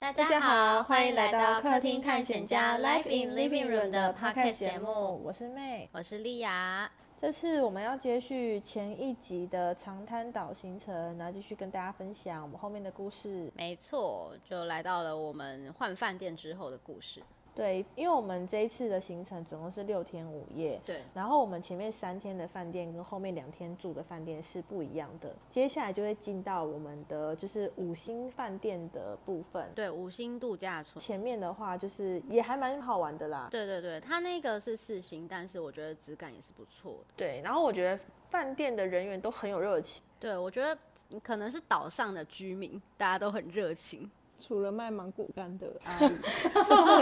大家好，欢迎来到客厅探险家 Life in Living Room 的 Podcast 节目，我是妹。我是丽雅。这次我们要接续前一集的长滩岛行程，然后继续跟大家分享我们后面的故事。没错，就来到了我们换饭店之后的故事。对，因为我们这一次的行程总共是六天五夜，对，然后我们前面三天的饭店跟后面两天住的饭店是不一样的。接下来就会进到我们的就是五星饭店的部分。对，五星度假村。前面的话就是也还蛮好玩的啦，对对对，它那个是四星，但是我觉得质感也是不错的。对。然后我觉得饭店的人员都很有热情，对，我觉得可能是岛上的居民，大家都很热情。除了卖芒果干的阿姨，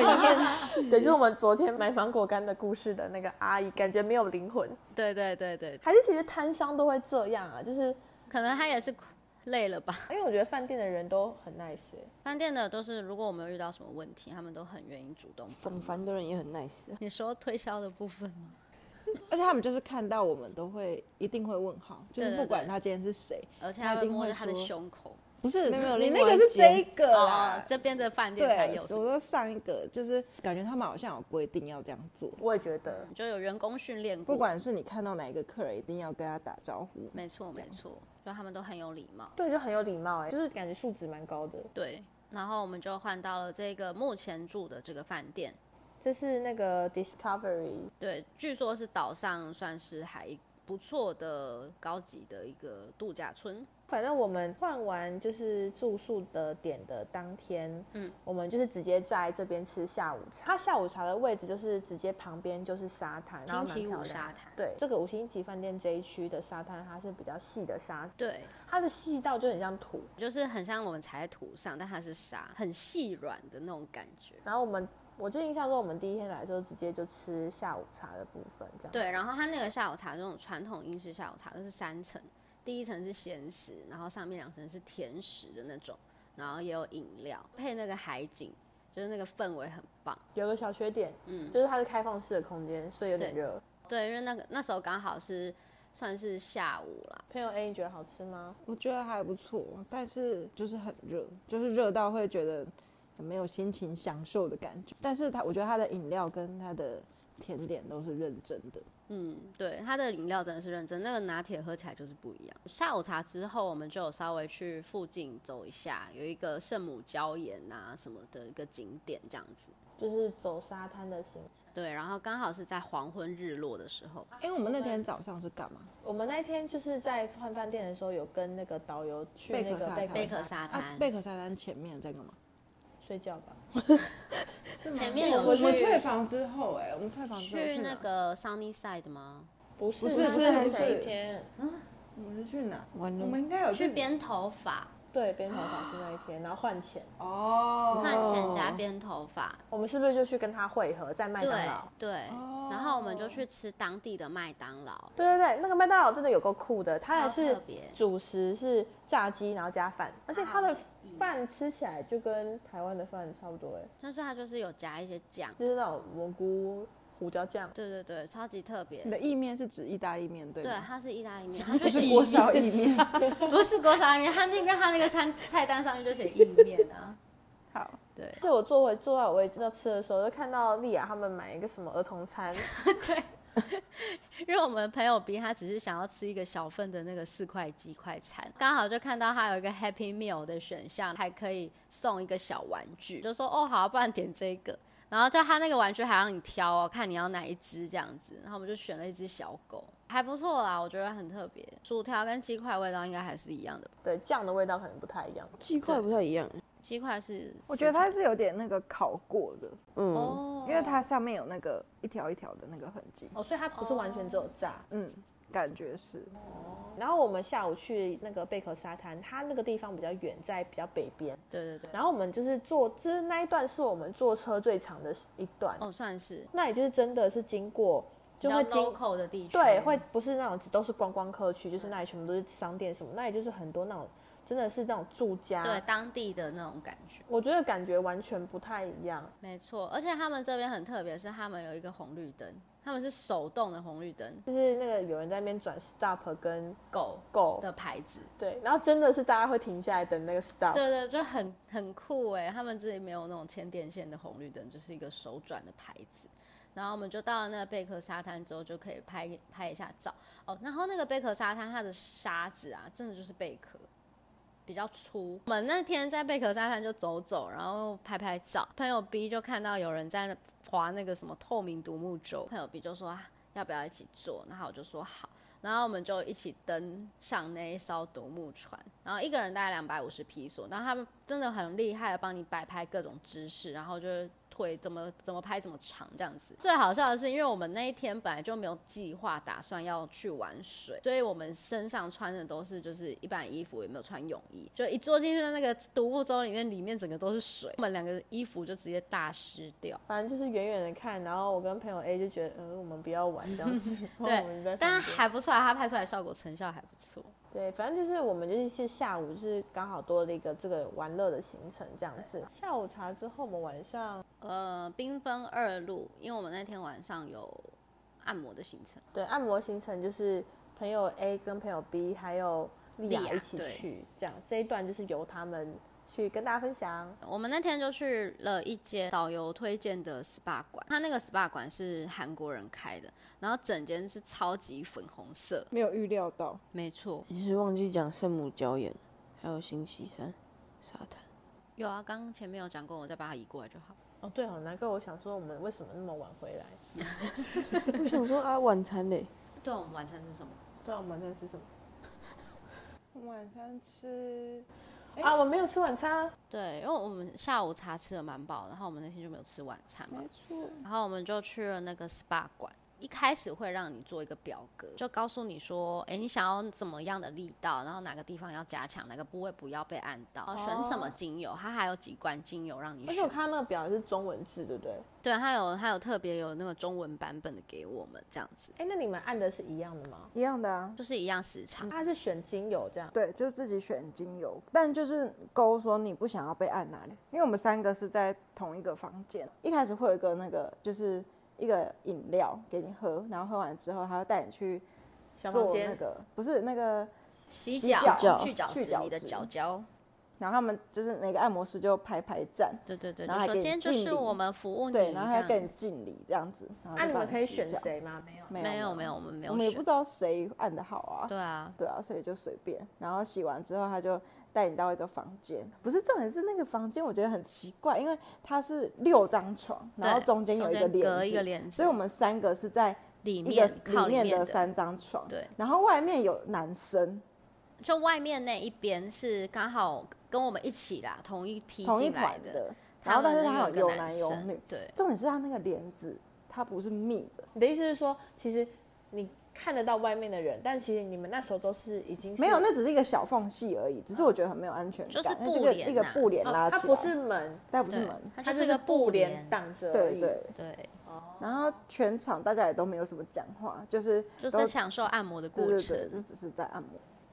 对，就是我们昨天买芒果干的故事的那个阿姨，感觉没有灵魂。对对对对，还是其实摊商都会这样啊，就是可能他也是累了吧。因为我觉得饭店的人都很 nice，、欸、饭店的都是，如果我们有遇到什么问题，他们都很愿意主动帮很忙。烦的人也很 nice，你说推销的部分吗？而且他们就是看到我们都会一定会问好，就对是对不管对他今天是谁，而且他他一会定摸会着他的说胸口。不是没有没有你另那外个一是这间一个哦啦，，这边的饭店才对，有我是不是，说上一个就是感觉他们好像有规定要这样做，我也觉得。就有员工训练过，不管是你看到哪一个客人，一定要跟他打招呼。没错没错，就他们都很有礼貌。对，就很有礼貌哎、就是感觉素质蛮高的。对，然后我们就换到了这个目前住的这个饭店，这是那个 Discovery，对，据说是岛上算是还不错的高级的一个度假村。反正我们换完就是住宿的点的当天，嗯，我们就是直接在这边吃下午茶。它下午茶的位置就是直接旁边就是沙滩，然后蛮星期五漂亮的沙滩对，这个五星级饭店这一区的沙滩，它是比较细的沙子，，对，它的细到就很像土。就是很像我们踩在土上，但它是沙，很细软的那种感觉。然后我们，我就印象中我们第一天来的时候，直接就吃下午茶的部分，这样对，然后它那个下午茶，这种传统英式下午茶，就是三层，第一层是咸食，然后上面两层是甜食的那种，然后也有饮料，配那个海景，就是那个氛围很棒。有个小缺点，嗯，就是它是开放式的空间，所以有点对热。对，因为那个那时候刚好是算是下午啦，朋友 A，你觉得好吃吗？我觉得还不错，但是就是很热，就是热到会觉得很没有心情享受的感觉。但是它，我觉得它的饮料跟它的甜点都是认真的。嗯，对，它的饮料真的是认真，那个拿铁喝起来就是不一样。下午茶之后，我们就有稍微去附近走一下，有一个圣母礁岩啊什么的一个景点这样子。就是走沙滩的行程。对，然后刚好是在黄昏日落的时候，因为我们那天早上是干嘛？我们那天就是在换饭店的时候，有跟那个导游去贝那壳个沙贝滩，壳贝沙壳沙滩啊贝壳沙滩前面在干嘛？睡觉吧。前面有我们去退房之后、哎，我们退房之后去哪那，个 Sunny Side 吗？不是不是那是还前是一天，嗯我们是去哪？我们应该有去编头发，对，编头发是那一天，然后换钱。哦，换钱加编头发。我们是不是就去跟他会合，在麦当对劳？对，哦然后我们就去吃当地的麦当劳。对对对，那个麦当劳真的有够酷的，它还超是特别啊主食是炸鸡，然后加饭，而且它的好意饭吃起来就跟台湾的饭差不多哎，但是它就是有夹一些酱，就是那种蘑菇胡椒酱。对对对，超级特别你。的意面是指意大利面对对，吗？它是意大 利面，它就不写是意锅烧意面。不是锅烧意面，它那个它那个餐菜单上面就写意面啊。 好，对就我坐回坐到我位置要吃的时候，就看到丽雅他们买一个什么儿 童餐，对，因为我们朋友 B 他只是想要吃一个小份的那个四块鸡快餐，刚好就看到他有一个 Happy Meal 的选项，还可以送一个小玩具，就说哦好、不然点这个。然后就他那个玩具还让你挑哦，看你要哪一只这样子，然后我们就选了一只小狗，还不错啦，我觉得很特别。薯条跟鸡块味道应该还是一样的吧，对酱的味道可能不太一样。鸡块不太一样，鸡块是我觉得它是有点那个烤过的，嗯，哦，因为它上面有那个一条一条的那个痕迹。哦，所以它不是完全只有炸。嗯，感觉是。然后我们下午去那个贝壳沙滩，它那个地方比较远，在比较北边。对对对，然后我们就是坐，就是那一段是我们坐车最长的一段。哦算是那也就是真的是经过，就比较会经 local 嗯的地区，对，会不是那种只都是观光客区，就是那里全部都是商店什么，那也就是很多那种真的是那种住家。对，当地的那种感觉。我觉得感觉完全不太一样。没错，而且他们这边很特别，是他们有一个红绿灯，他们是手动的红绿灯，就是那个有人在那边转 stop 跟狗狗，的牌子。对，然后真的是大家会停下来等那个 stop，对对，就很很酷哎、他们这里没有那种牵电线的红绿灯，就是一个手转的牌子。然后我们就到了那个贝壳沙滩之后，就可以拍拍一下照哦。然后那个贝壳沙滩，它的沙子啊，真的就是贝壳，比较粗。我们那天在贝壳沙滩就走走，然后拍拍照。朋友 B 就看到有人在那划那个什么透明独木舟，朋友 B 就说、啊、要不要一起坐？然后我就说好。然后我们就一起登上那一艘独木船，然后一个人大概两百五十披索，然后他们真的很厉害的帮你摆拍各种姿势，然后就是腿怎么怎么拍怎么长这样子。最好笑的是，因为我们那一天本来就没有计划打算要去玩水，所以我们身上穿的都是就是一般衣服，也没有穿泳衣，就一坐进去的那个独木舟里面，里面整个都是水，我们两个衣服就直接大湿掉。反正就是远远的看，然后我跟朋友 A 就觉得，嗯，我们不要玩这样 子，对然后我们在但旁边。还不错啊，它拍出来的效果成效还不错。对，反正就是我们就是是下午就是刚好多了一个这个玩乐的行程这样子。下午茶之后，我们晚上呃，缤纷二路，因为我们那天晚上有按摩的行程，对按摩行程就是朋友 A 跟朋友 B 还有丽丽雅雅一起对去，这样这一段就是由他们去跟大家分享。我们那天就去了一间导游推荐的 SPA 馆，它那个 SPA 馆是韩国人开的，然后整间是超级粉红色，没有预料到，没错，你是忘记讲圣母礁岩，还有星期三沙滩。有啊，刚刚前面有讲过，我再把它移过来就好。哦，对哦，难怪我想说我们为什么那么晚回来？我想说啊，晚餐嘞，对，我们晚餐是什么？对啊，我们晚餐吃什么？晚餐吃啊，我没有吃晚餐啊。对，因为我们下午茶吃的蛮饱，然后我们那天就没有吃晚餐嘛没，错，然后我们就去了那个 SPA 馆。一开始会让你做一个表格，就告诉你说，哎，你想要怎么样的力道，然后哪个地方要加强，哪个部位不要被按到，哦选什么精油，它还有几罐精油让你而且我选。看到那个表也是中文字，对不对？对，它有它有特别有那个中文版本的给我们，这样子哎，那你们按的是一样的吗？一样的啊。就是一样时长。它是选精油这样。对，就自己选精油，但就是勾说你不想要被按哪里，因为我们三个是在同一个房间，一开始会有一个那个就是一个饮料给你喝，然后喝完之后，他会带你去小房做那间，个不是那个，洗洗脚脚去角去质角，你的质脚脚。然后他们就是每个按摩师就排排站，对对对，就然后还说给今你天就敬是礼我们服务你，对，然这后还样要跟你敬礼这样子。那那、啊你们可以选？谁吗？没有，没没有有没有，我们没我有们也不选知。道谁按的好啊。对啊，对啊，所以就随便。然后洗完之后，他就带你到一个房间，不是重点是那个房间，我觉得很奇怪，因为它是六张床，然后对中间有一个帘隔子，一个帘子，所以我们三个是在里一个面靠里面面的的三张床，对，然后外面有男生，就外面那一边是刚好跟我们一起啦，同一批同一进来团的。的，然后但是它他有有男有女，对重点是它那个帘子它不是密的，你的意思是说，其实你看得到外面的人，但其实你们那时候都是已经是没有，那只是一个小缝隙而已，只是我觉得很没有安全就是感，那布这个帘一个呐布帘哦拉它起不来，是门，但不是对门，，它它就是是个布帘帘，挡着而对已。对。对，然后全场大家也都没有什么讲话，就是就都是享受按摩的对过对对，就程。只是在按摩，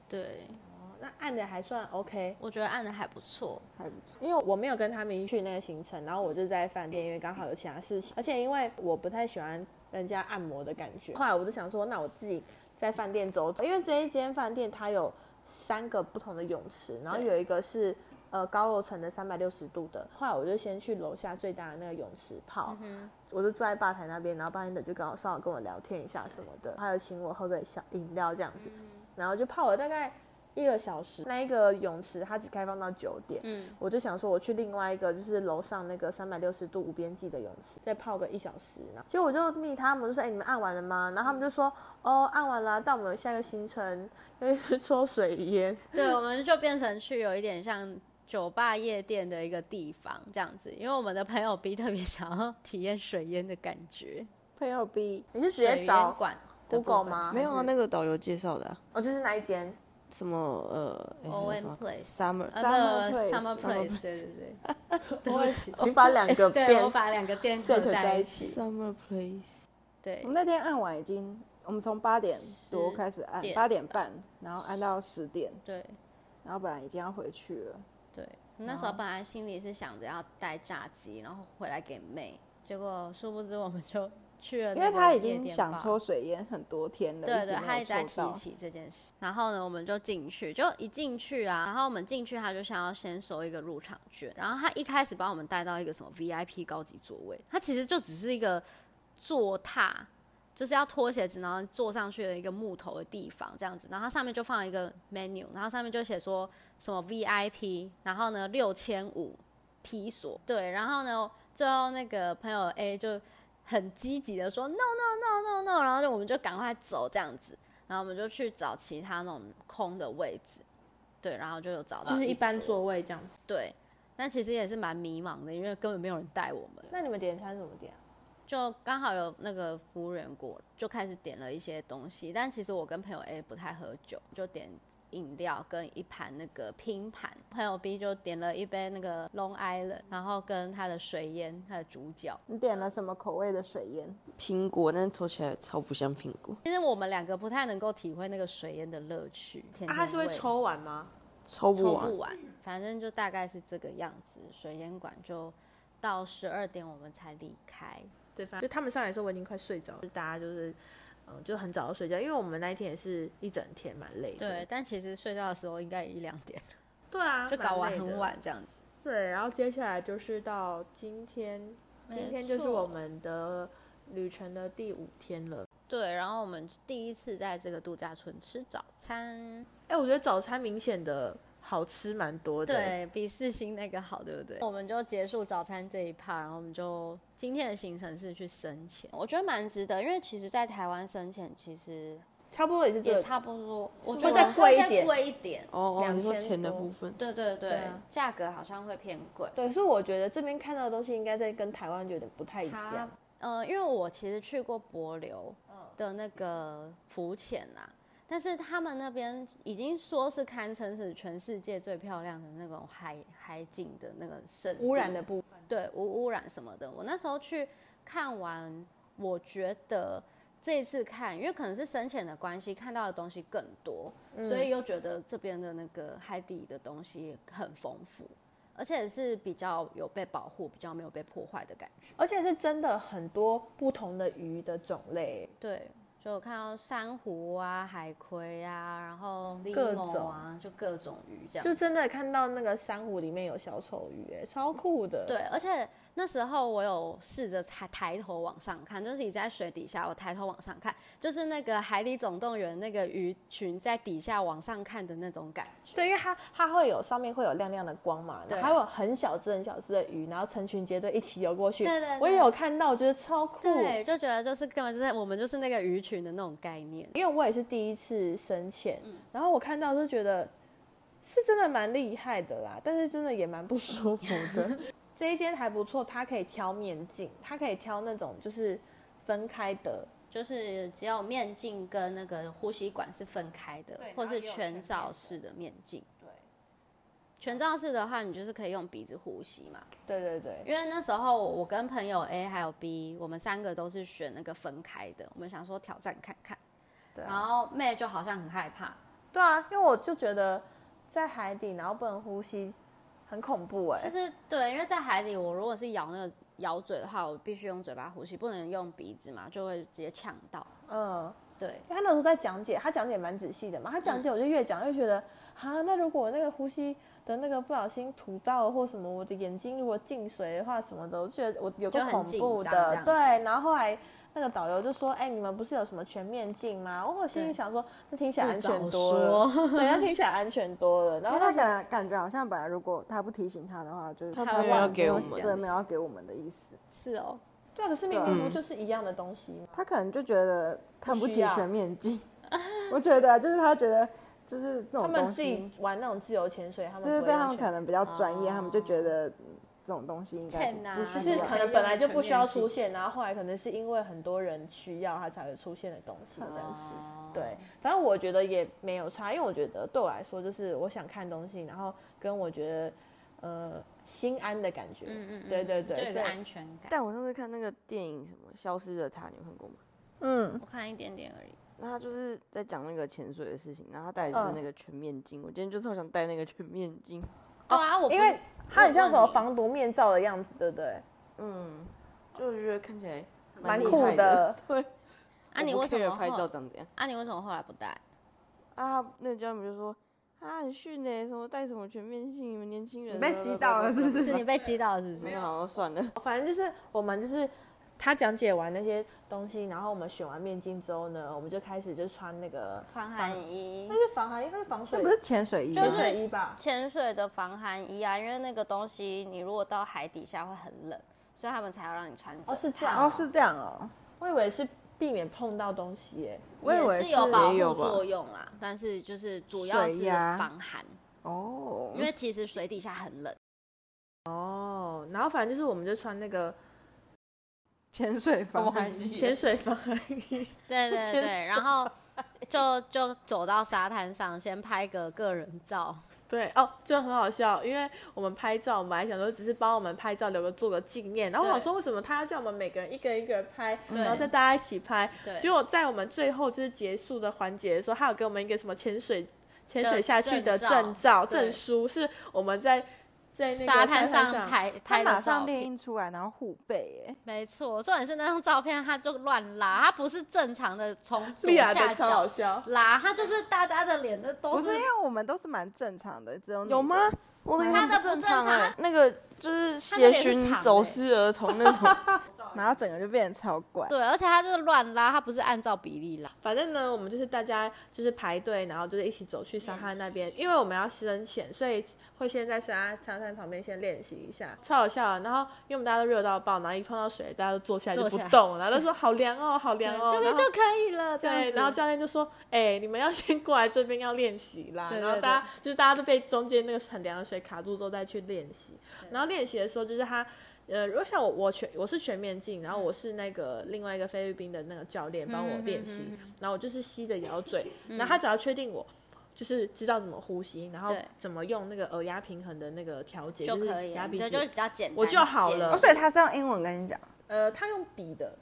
对，哦那按的还算 OK。我觉得按的还不错。还不错。因为我没有跟他们去那个行程，然后我就在饭店，因为刚好有其他事情，而且因为我不太喜欢人家按摩的感觉，后来我就想说，那我自己在饭店走走，因为这一间饭店它有三个不同的泳池，然后对有一个是呃高楼层的三百六十度的，后来我就先去楼下最大的那个泳池泡，嗯我就坐在吧台那边，然后吧台的就刚好稍微跟我聊天一下什么的，还有请我喝个小饮料这样子，嗯然后就泡了大概。一个小时，那一个泳池它只开放到九点，嗯，我就想说，我去另外一个就是楼上那个三百六十度无边际的泳池，再泡个一小时。然后结果我就密他们，我就说：“哎、你们按完了吗？”然后他们就说：“哦，按完了，但我们有下一个行程，因为是抽水烟。对，我们就变成去有一点像。酒吧、夜店的一个地方，这样子，因为我们的朋友 B 特别想要体验水烟的感觉，朋友 B，” 你是直水接烟找馆的部 Google 分吗？没有还啊，是那个导游介绍的、啊，哦，就是那一间。 什么呃哎 Owen 还有什么 Place Summer 呃， Summer 不 Place ，Summer Summer Place，对对对，对不起，你把两 个对我变把两个店合合在在一一起， Summer Place，对我，们那天按完已经，我们从八点多10开始按，点八点半，然后按到十点，对然后本来已经要回去了，对，那时候本来心里是想着要带炸鸡，然后回来给妹，结果殊不知我们就去了因那个夜为店吧，他已经想抽水烟很多天了，对一直对，没他有一直在抽提到起这件事。然后呢，我们就进去，就一进去啊，然后我们进去，他就想要先收一个入场券。然后他一开始把我们带到一个什么 VIP 高级座位，他其实就只是一个坐榻，就是要脱鞋子，然后坐上去的一个木头的地方这样子。然后它上面就放了一个 menu，然后上面就写说什么 VIP，然后呢六千五披索，对，然后呢最后那个朋友 A 就。很积极的说 no no no no no，然后就我们就赶快走这样子，然后我们就去找其他那种空的位置，对，然后就有找到就是一般座，座位这样子。对，但其实也是蛮迷茫的，因为根本没有人带我们，那你们点餐怎么点啊？就刚好有那个服务员过，就开始点了一些东西，但其实我跟朋友 A 不太喝酒，就点饮料跟一盘那个拼盘，朋友 B 就点了一杯那个 Long Island，然后跟他的水烟，他的主角。你点了什么口味的水烟？苹果，但是抽起来超不像苹果，其实我们两个不太能够体会那个水烟的乐趣，甜啊，他是甜味会抽完吗？抽不抽完不。完，反正就大概是这个样子。水烟馆就到十二点我们才离开，对，反正就他们上来的时候我已经快睡着了，就大家就是。嗯，就很早就睡觉，因为我们那一天也是一整天蛮累的。对，但其实睡觉的时候应该也一两点，对 啊，就搞完蛮累的很。晚这样子。对，然后接下来就是到今天，今天就是我们的旅程的第五天了。对，然后我们第一次在这个度假村吃早餐，哎、我觉得早餐明显的好吃蛮多的、对比四星那个好，对不对？我们就结束早餐这一趴，然后我们就今天的行程是去深潜，我觉得蛮值得，因为其实，在台湾深潜其实差不多也是这也个。差不多，我是觉吗得会再贵一会点贵一点。哦哦，你说2000钱的多部分，对对对，对啊价格好像会偏贵。对，是我觉得这边看到的东西应该在跟台湾觉得不太一它样。呃，因为我其实去过帛琉嗯的那个浮潜啦、但是他们那边已经说是堪称是全世界最漂亮的那种海海景的那个圣地污染的部分，对无污染什么的。我那时候去看完，我觉得这一次看，因为可能是深浅的关系，看到的东西更多，嗯所以又觉得这边的那个海底的东西很丰富，而且是比较有被保护，比较没有被破坏的感觉。而且是真的很多不同的鱼的种类。对。就有看到珊瑚啊、海葵啊，然后各 limo 种啊，就各种鱼这样。就真的看到那个珊瑚里面有小丑鱼、哎，超酷的。对，，而且那时候我有试着抬抬头往上看，就是你在水底下，我抬头往上看，就是那个《海底总动员》那个鱼群在底下往上看的那种感觉。对，因为它它会有上面会有亮亮的光嘛，对然后还有很小只很小只的鱼，然后成群结队一起游过去。对对对我也有看到，我觉得超酷。对，就觉得就是根本就是我们就是那个鱼群的那种概念。因为我也是第一次深潜，然后我看到就觉得是真的蛮厉害的啦，但是真的也蛮不舒服的。这一间还不错，它可以挑面镜，它可以挑那种就是分开的，就是只有面镜跟那个呼吸管是分开的对，或然后是也有全全面罩的式的面镜。对全罩式的话，你就是可以用鼻子呼吸嘛。对对对，因为那时候我跟朋友 A 还有 B，我们三个都是选那个分开的，我们想说挑战看看。对啊然后妹就好像很害怕，对啊，因为我就觉得在海底然后不能呼吸，很恐怖哎、就是对，因为在海里，我如果是咬那个咬嘴的话，我必须用嘴巴呼吸，不能用鼻子嘛，就会直接呛到。嗯，对，因为他那时候在讲解，他讲解蛮仔细的嘛，他讲嗯解我就越讲越觉得，啊，那如果我那个呼吸的那个不小心吐到或什么，我的眼睛如果进水的话什么的，我就觉得我有就个很恐紧怖张这的样，子对。然后后来那个导游就说，哎、你们不是有什么全面镜吗？我心里对想说，那听起来不安早全多了，对，那听起来安全多了。然后他他想，感感觉好像本来如果他不提醒他的话，就是他没有要给我们对，没有要给我们的意思。是哦，对啊，可是明明不就是一样的东西吗？他可能就觉得看不不需起要全 面镜，我觉得啊就是他觉得就是那他种们东自己西，玩那种自由潜水，他们对对不对，会他用们全可能比较专业，哦他们就觉得嗯这种东西应该不天哪不就需就是要可能本来就不需要出现，然后后来可能是因为很多人需要，它才会出现的东西这样子。哦对，反正我觉得也没有差，因为我觉得对我来说，就是我想看东西，然后跟我觉得呃心安的感觉。嗯嗯对对就有对，一所个以安全感。但我上次看那个电影什么《消失的她》，你有看过吗？嗯，我看一点点而已，那他就是在讲那个潜水的事情，然后他戴的就是那个全面镜。我今天就是好想戴那个全面镜，对啊，我不哦因为它很像什我么问你防毒面罩的样子，对不对？嗯，就我觉得看起来蛮厉酷的害的。对，啊，你我为不什 care 么拍照后？长怎样？啊，你为什么后来不 戴？啊，那个教练就说啊，很逊呢、什么带什么全面性，你们年轻人啊你被击倒了是不是是你被击到了是不是没？有，好像算了。反正就是我们就是他讲解完那些东西，然后我们选完面镜之后呢，我们就开始就穿那个防寒衣那。是防寒衣还是防水不是潜水衣吗，就防是水衣吧？潜水的防寒衣啊，因为那个东西你如果到海底下会很冷，所以他们才要让你穿。哦，是这样啊哦是这样哦，我以为是避免碰到东西耶。我以为也是有保也有护吧作用啦，但是就是主要是水压防寒，哦，因为其实水底下很冷。哦，然后反正就是我们就穿那个潜水防寒忘记衣，潜水防寒衣， 对对潜对，水然后就就走到沙滩上，先拍个个人照。对哦，真的很好笑，因为我们拍照，我们还想说只是帮我们拍照留个做个纪念，然后我想对说为什么他要叫我们每个人一个一个拍，然后对再大家一起拍，对，结果在我们最后就是结束的环节的时候，他有给我们一个什么潜水潜水下去的证照证照对证书，是我们在在那个沙滩上上拍他拍马的上照练片。印出来，然后护背，哎，没错，重点是那张照片，他就乱拉，他不是正常的从 左丽亚的下超好角笑，拉，他就是大家的脸，这都不是是因为我们都是蛮正常的，只有你有吗的？我的他很的不正常哎他那个就是协他的脸是欸寻长走的失儿童那种。然后整个就变得超怪。对，而且他就是乱拉，他不是按照比例拉。反正呢，我们就是大家就是排队，然后就是一起走去沙滩那边，因为我们要深潜，所以会先在沙沙滩旁边先练习一下，超好笑的。然后因为我们大家都热到爆，然后一碰到水，大家都坐下来就不坐下来动了，然后就说好凉哦，好凉哦。这然边后就可以了，这样对，子。然后教练就说：“哎、你们要先过来这边要练习啦。对对然后大家就是大家都被中间那个很凉的水卡住之后再去练习。然后练习的时候就是他，呃，如果像我我全我是全面镜，然后我嗯是那个另外一个菲律宾的那个教练帮我练习，嗯然后我就是吸着咬嘴，然后他只要确定我。就是知道怎么呼吸，然后对怎么用那个耳压平衡的那个调节，就是可以压了，鼻对，子就。比较简单，我就好结了哦，所束以他是用英文跟你讲，呃，他用笔的，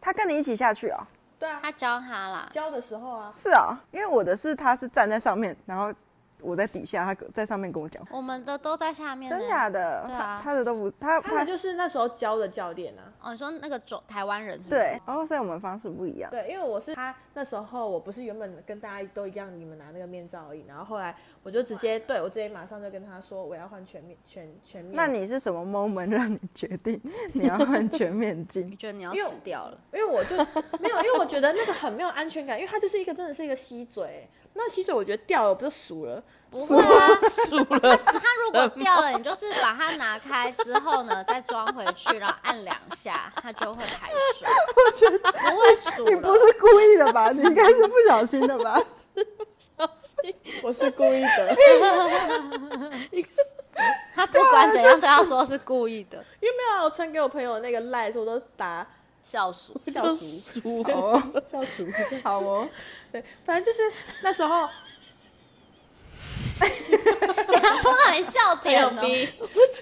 他跟你一起下去哦。对啊，他教他啦，教的时候啊，是啊，因为我的是他是站在上面，然后我在底下，他在上面跟我讲。我们的都在下面呢。真假的？对他啊他的都不，他他们就是那时候教的教练啊。哦，你说那个中台湾人是不是？对，哦，所以我们方式不一样。对，因为我是他那时候，我不是原本跟大家都一样，你们拿那个面罩而已。然后后来我就直接，对我直接马上就跟他说，我要换全面全全面。那你是什么 moment 让你决 定你要换全面镜你？觉得你要因为死掉了？因为我 就没有，因为我觉得那个很没有安全感，因为他就是一个真的是一个吸嘴，那吸嘴我觉得掉了我不就数了，不会啊，他他如果掉了，你就是把它拿开之后呢，再装回去，然后按两下，它就会排 水。我觉得不会数 你了。不是 故意的吧？你应该是不小心的吧？我是故意 的，他不管怎样都要说是故意的，因为没有啊我传给我朋友那个赖的时候，我都打 笑 鼠。笑就鼠输好哦，笑鼠，好哦，对，反正就是那时候这样充满笑 没有点哦。逼，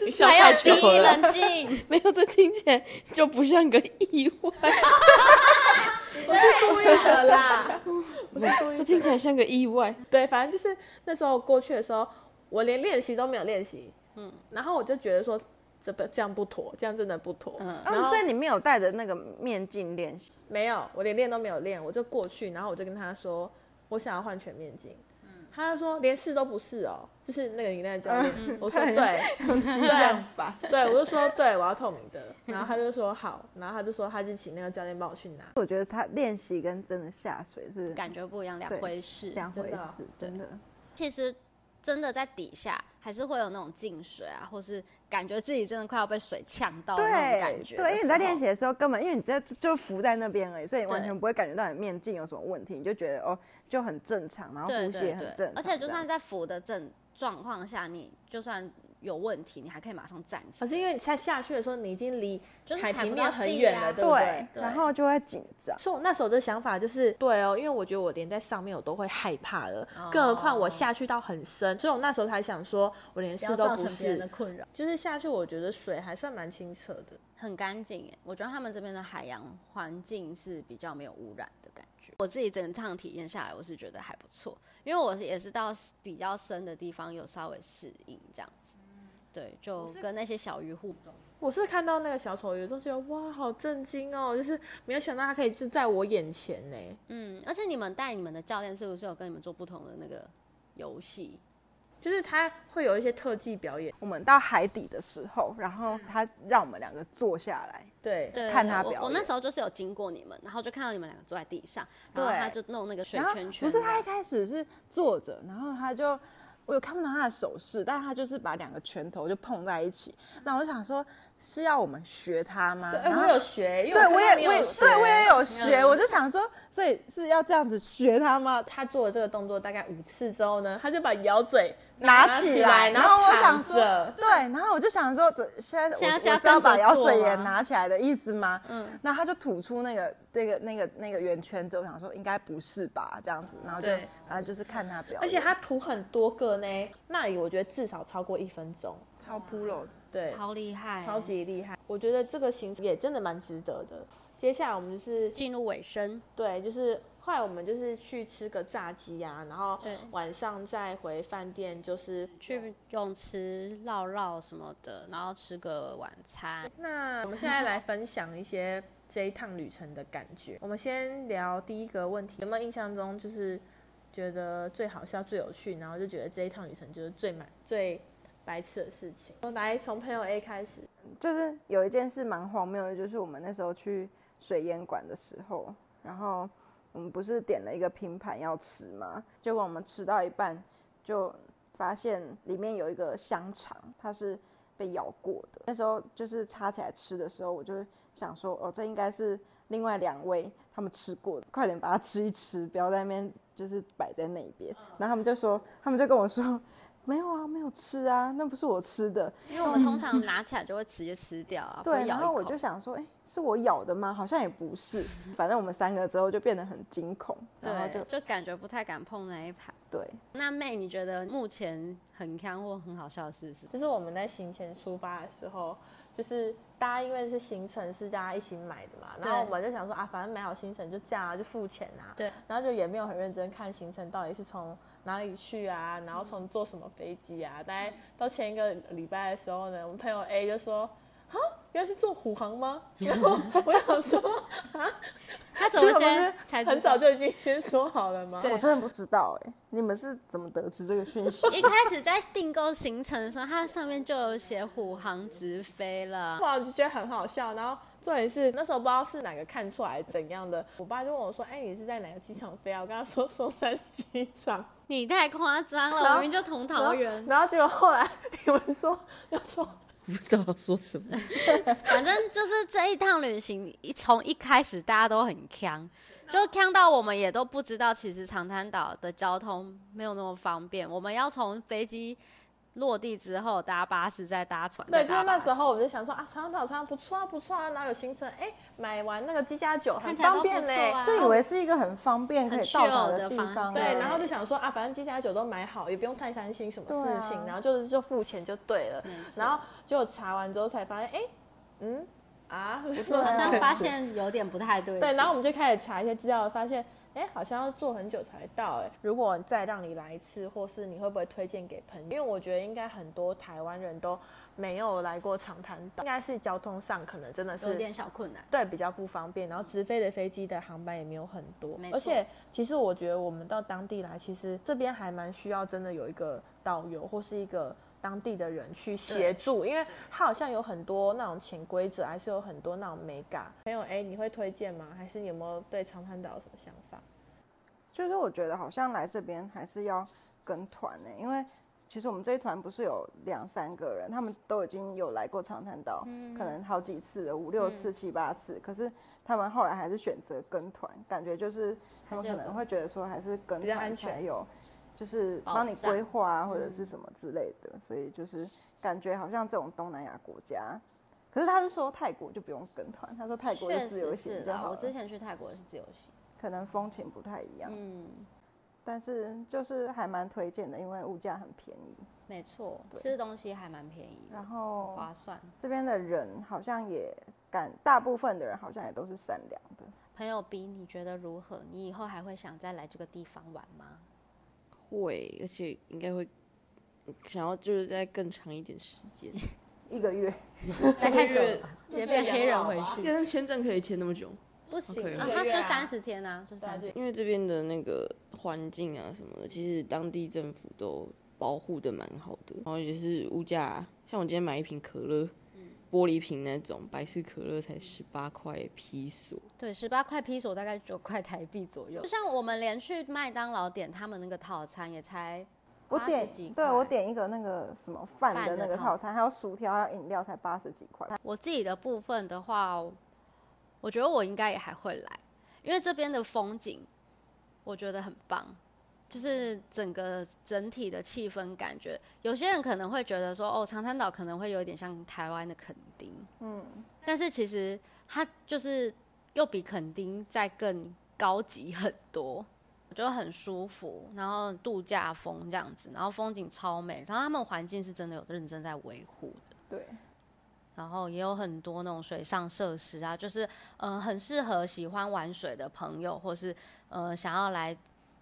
你笑还太有久第一了，冷静，没有，这听起来就不像个意外， 我是故意的啦，我是故意这的。听起来像个意外。对，反正就是那时候过去的时候，我连练习都没有练习，嗯，然后我就觉得说这不这样不妥，这样真的不妥，嗯， 然哦，后所以你没有戴着那个面镜练习，没有，我连练都没有练，我就过去，然后我就跟他说我想要换全面镜。他就说连试都不是哦，就是那个你那个教练，我说对对，这样吧？ 对我就说对，我要透明的，然后他就说好，然后他就说他就请那个教练帮我去拿，我觉得他练习跟真的下水是感觉不一样，两对回事。两回真的啊事，真的。其实真的在底下还是会有那种进水啊，或是感觉自己真的快要被水呛到的那种感觉。对，因为你在练习，的时候，根本因为你在就就浮在那边而已，所以你完对全不会感觉到你面镜有什么问题，你就觉得哦就很正常，然后对呼吸对也很对正而常，，且就这样算在浮的正状况下，你就算有问题，你还可以马上站起可来，是因为你在下去的时候，你已经离就是海踩平不到面很地远啊了，对不对对？，对然后就会紧张。所以我那时候的想法就是，对哦，因为我觉得我连在上面我都会害怕了，哦更何况我下去到很深，所以我那时候才想说，我连不试要都造不成别人的是，困扰。就是下去我觉得水还算蛮清澈的。很干净耶，我觉得他们这边的海洋环境是比较没有污染的感觉。我自己整趟体验下来，我是觉得还嗯不错，因为我也是到比较深的地方有稍微适应这样子。对，就跟那些小鱼互动。我是看到那个小丑鱼，就觉得哇，好震惊哦！就是没有想到它可以就在我眼前呢。嗯，而且你们带你们的教练是不是有跟你们做不同的那个游戏？就是它会有一些特技表演，我们到海底的时候，然后他让我们两个坐下来，对，对，看他我表我那演时候就是有经过你们，然后就看到你们两个坐在地上，然后对他就弄那个水然后圈圈。不是他一开始是坐着，然后他就我有看不到他的手势，但他就是把两个拳头就碰在一起。那我就想说，是要我们学他吗？哎，然后我有学，因为对我我看到你也我也有学嗯对我也有学，我就想说，所以是要这样子学他吗？他做了这个动作大概五次之后呢，他就把咬嘴拿起起来，然然后我躺想说着，。对，然后我就想说，这现在现在我是要我是跟要着把咬做嘴也吗拿起来的意思吗？嗯，然后他就吐出那个那个那个那个圆圈之后，我想说应该不是吧，这样子，然后就对反正就是看他表演，而且他涂很多个呢，那里我觉得至少超过一分钟，超 pro 对，超厉害，超级厉害。我觉得这个行程也真的蛮值得的。接下来我们就是进入尾声。对，就是后来我们就是去吃个炸鸡啊，然后对晚上再回饭店，就是去泳池绕绕什么的，然后吃个晚餐。那我们现在来分享一些这一趟旅程的感觉。我们先聊第一个问题，有没有印象中就是觉得最好笑、最有趣，然后就觉得这一趟旅程就是最满、最白痴的事情？我来从朋友 A 开始，就是有一件事蛮荒谬的，就是我们那时候去水烟馆的时候，然后我们不是点了一个拼盘要吃吗？结果我们吃到一半，就发现里面有一个香肠，它是被咬过的。那时候就是插起来吃的时候，我就想说，哦，这应该是另外两位他们吃过的，快点把它吃一吃，不要在那边就是摆在那边。然后他们就说，他们就跟我说。没有啊，没有吃啊，那不是我吃的。因为我们通常拿起来就会直接吃掉啊，不对，会然咬一后口。我就想说，哎、是我咬的吗？好像也 不是。反正我们三个之后就变得很惊恐，然后对就，就感觉不太敢碰那一盘。对，那妹，你觉得目前很康或很好笑的事是什么？就是我们在行前出发的时候，就是大家因为是行程是大家一起买的嘛，然后我们就想说啊，反正买好行程就这样啊，就付钱啊。对。然后就也没有很认真看行程到底是从哪里去啊，然后从坐什么飞机啊。大概到前一个礼拜的时候呢，我们朋友 A 就说。啊，原来是坐虎航吗？然后我想说，他怎么其实我先们才知很道？早 就已经先说好了吗？对？我真的不知道、哎，你们是怎么得知这个讯息 一开始在订购行程的时候，它上面就有写虎航直飞了。哇，我就觉得很好笑。然后重点是那时候不知道是哪个看出来怎样的，我爸就问我说：“哎、你是在哪个机场飞啊？”我跟他说松山机场。你太夸张了，然我后们就同然桃后园，然后结果后来你们说 要说不知道要说什么。反正就是这一趟旅行，一从一开始大家都很呛，就呛到我们也都不知道，其实长滩岛的交通没有那么方便，我们要从飞机落地之后搭巴士，再搭船，再对，就是搭巴那士时候我们就想说啊，长岛长岛不错啊，不错啊，然后有行程，哎、买完那个鸡加酒看很起来方都不便呢、错啊，就以为是一个很方便可很以到 chill 达的的地房方、间哎对，然后就想说啊，反正鸡加酒都买好，也不用太担心什么事情，对啊然后就是就付钱就对了嗯没。错然后就查完之后才发现，哎、嗯啊，好 像发现有点不太对劲。对，然后我们就开始查一些资料，发现哎，好像要坐很久才到哎。如果再让你来一次，或是你会不会推荐给朋友？因为我觉得应该很多台湾人都没有来过长滩岛，应该是交通上可能真的有是点小困难。对比较不方便，然后直飞的飞机的航班也没有很多没，错而且其实我觉得我们到当地来，其实这边还蛮需要真的有一个导游或是一个当地的人去协助，因为他好像有很多那种潜规则，还是有很多那种美感。朋友，哎，你会推荐吗？还是你有没有对长滩岛有什么想法？就是我觉得好像来这边还是要跟团呢、因为其实我们这一团不是有两三个人，他们都已经有来过长滩岛，可嗯能好几次了，五六次、七八次，可是他们后来还是选择跟团，感觉就是他们还是有可能会觉得说还是跟比较安团全才有。就是保帮你障嗯规划啊，或者是什么之类的，所以就是感觉好像这种东南亚国家，可是他是说泰国就不用跟团，他说泰国确就自由实行是就啦，好我了，之前去泰国是自由行。可能风情不太一样。嗯，但是就是还蛮推荐的，因为物价很便宜，没错，对吃东西还蛮便宜的，然后划算。这边的人好像也感，大部分的人好像也都是善良的。朋友 B，你觉得如何？你以后还会想再来这个地方玩吗？会，而且应该会，想要就是再更长一点时 间，一个月，待太久一个了月吧，直接变黑人回去但是签证可以签那么久，不行 OK 啊！一他个月是啊三十天啊，就三十对。因为这边的那个环境啊什么的，其实当地政府都保护的蛮好的，然后也是物价，像我今天买一瓶可乐，玻璃瓶那种百事可乐才十八块披索，对，十八块披索大概九块台币左右。就像我们连去麦当劳点他们那个套餐也才我80点几对块我点一个那个什么饭饭的的那个套套餐，还有薯条，还有饮料，才八十几块。我自己的部分的话，我觉得我应该也还会来，因为这边的风景我觉得很棒，就是整个整体的气氛感觉。有些人可能会觉得说，哦，长滩岛可能会有点像台湾的垦丁，嗯，但是其实它就是又比垦丁再更高级很多，我觉得很舒服，然后度假风这样子，然后风景超美，然后他们环境是真的有认真在维护的。对，然后也有很多那种水上设施啊，就是嗯、呃很适合喜欢玩水的朋友，或是呃想要来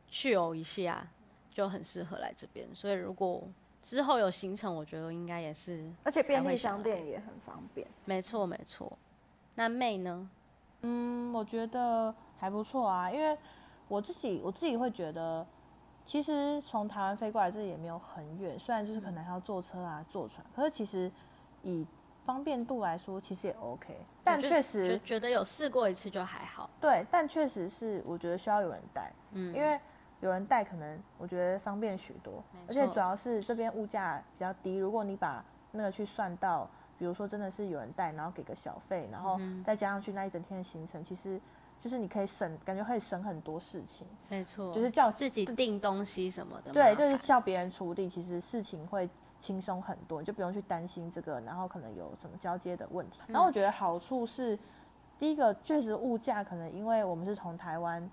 去游一下，就很适合来这边。所以如果之后有行程，我觉得应该也是而且便还会利想商店也很方便。没错没错。那妹呢？嗯，我觉得还不错啊，因为我自己我自己会觉得，其实从台湾飞过来这里也没有很远，虽然就是嗯可能还要坐车啊、坐船，可是其实以方便度来说，其实也 OK。但我就确就实觉得有试过一次就还好。对，但确实是我觉得需要有人带，嗯，因为有人带可能我觉得方便许多，而且错主要是这边物价比较低，如果你把那个去算到，比如说真的是有人带，然后给个小费，然后嗯再加上去那一整天的行程，其实就是你可以省，感觉会省很多事情。没错，就是叫自己订东西什么的。对，麻就是烦叫别人处理，其实事情会轻松很多，你就不用去担心这个，然后可能有什么交接的问题。嗯然后我觉得好处是，第一个确实物价可能因为我们是从台湾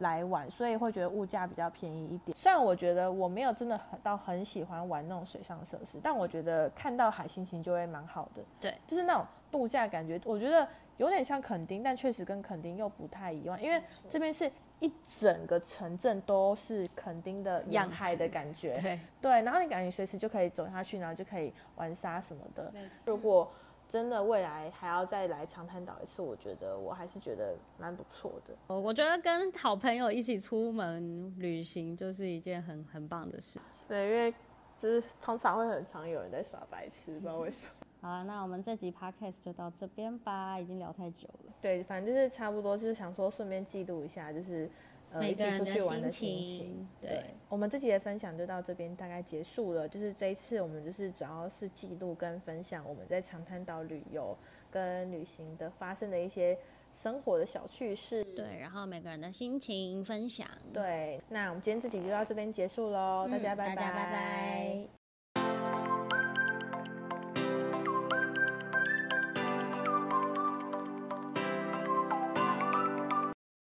来玩，所以会觉得物价比较便宜一点。虽然我觉得我没有真的很到很喜欢玩那种水上设施，但我觉得看到海心情就会蛮好的。对，就是那种度假感觉，我觉得有点像垦丁，但确实跟垦丁又不太一样，因为这边是一整个城镇都是垦丁的沿样海子的感觉。对，对，然后你感觉随时就可以走下去，然后就可以玩沙什么的。如果真的未来还要再来长滩岛一次，我觉得我还是觉得蛮不错的。我我觉得跟好朋友一起出门旅行就是一件很很棒的事情。对，因为就是通常会很常有人在耍白痴，不知道为什么。好了，那我们这集 podcast 就到这边吧，已经聊太久了。 对，反正就是差不多，就是想说顺便记录一下，就是呃每一个起人出去玩的心情情。，对，我们这集的分享就到这边大概结束了。就是这一次我们就是主要是记录跟分享我们在长滩岛旅游跟旅行的发生的一些生活的小趣事。对，然后每个人的心情分享。嗯对，那我们今天这集就到这边结束喽，大家嗯拜大家拜拜。